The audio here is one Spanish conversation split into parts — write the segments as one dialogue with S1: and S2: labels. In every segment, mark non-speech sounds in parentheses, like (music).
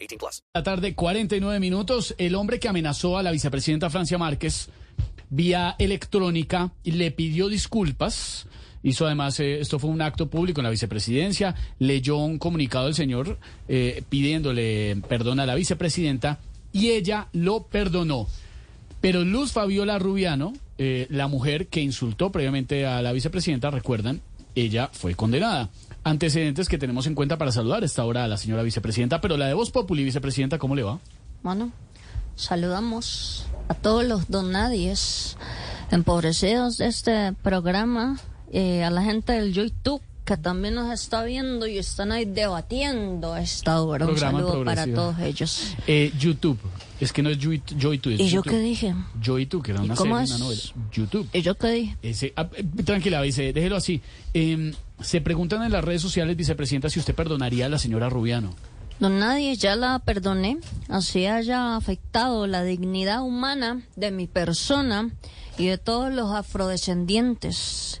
S1: 18 plus.
S2: La tarde, 49 minutos. El hombre que amenazó a la vicepresidenta Francia Márquez vía electrónica y le pidió disculpas. Hizo además, eh, esto fue un acto público en la vicepresidencia, leyó un comunicado del señor eh, pidiéndole perdón a la vicepresidenta y ella lo perdonó. Pero Luz Fabiola Rubiano, eh, la mujer que insultó previamente a la vicepresidenta, recuerdan, ella fue condenada. Antecedentes que tenemos en cuenta para saludar a esta hora a la señora vicepresidenta, pero la de Voz Populi, vicepresidenta, ¿cómo le va?
S3: Bueno, saludamos a todos los donadies empobrecidos de este programa, eh, a la gente del YouTube que también nos está viendo y están ahí debatiendo a esta hora. Un
S2: Programa
S3: saludo para
S2: progresivo.
S3: todos ellos.
S2: Eh, YouTube. Es que no es Joy YouTube. es
S3: ¿Y yo
S2: YouTube.
S3: qué dije?
S2: Joy Tu, que era
S3: ¿Y
S2: una
S3: cómo
S2: serie,
S3: es? Eh,
S2: una novela. YouTube.
S3: ¿Y yo qué dije?
S2: Ese- ah, eh, tranquila, vice, déjelo así. Eh, se preguntan en las redes sociales, vicepresidenta, si usted perdonaría a la señora Rubiano.
S3: Don Nadie, ya la perdoné, así haya afectado la dignidad humana de mi persona y de todos los afrodescendientes.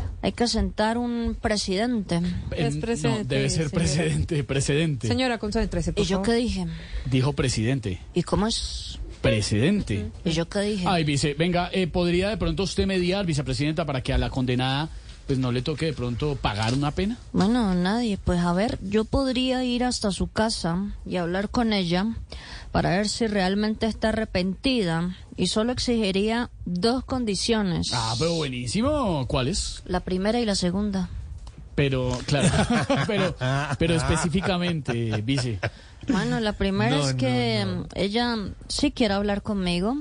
S3: hay que sentar un presidente.
S2: Eh, no, debe ser precedente, precedente.
S4: Señora, concéntrese, por
S3: ¿Y yo
S4: favor.
S3: qué dije?
S2: Dijo presidente.
S3: ¿Y cómo es?
S2: Precedente.
S3: ¿Y yo qué dije?
S2: Ay, vice, venga, eh, ¿podría de pronto usted mediar, vicepresidenta, para que a la condenada pues no le toque de pronto pagar una pena?
S3: Bueno, nadie. Pues a ver, yo podría ir hasta su casa y hablar con ella para ver si realmente está arrepentida y solo exigiría dos condiciones.
S2: Ah, pero buenísimo. ¿Cuáles?
S3: La primera y la segunda.
S2: Pero, claro, (laughs) pero, pero específicamente, vice.
S3: Bueno, la primera
S5: No,
S3: es
S5: no,
S3: que mm, ella sí quiere hablar conmigo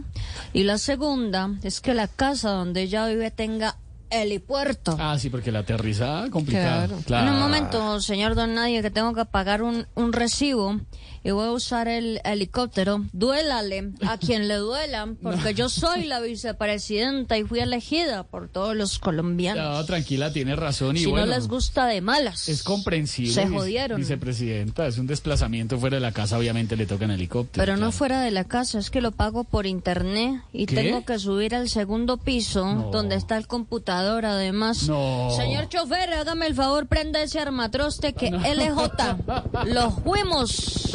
S3: y la segunda es que la casa donde ella vive tenga helipuerto.
S2: Ah, sí, porque la aterrizada complicada. Claro.
S3: En un momento, señor Don Nadie, que tengo que pagar un, un recibo y voy a usar el helicóptero. Duélale a quien le
S2: (laughs)
S3: duela, porque yo soy la vicepresidenta y fui elegida por todos los colombianos.
S2: No, tranquila, tiene razón. Y
S3: si
S2: bueno,
S3: no les gusta de malas.
S2: es comprensible.
S3: Se
S2: vice-
S3: jodieron.
S2: Vicepresidenta, es un desplazamiento fuera de la casa, obviamente le toca en helicóptero.
S3: Pero no
S2: claro.
S3: fuera de la casa, es que lo pago por internet y
S2: ¿Qué?
S3: tengo que subir al segundo piso
S2: No.
S3: donde está el computador además.
S2: No.
S3: Señor chofer, hágame el favor, prenda ese armatroste que
S2: (laughs)
S3: LJ. Los fuimos.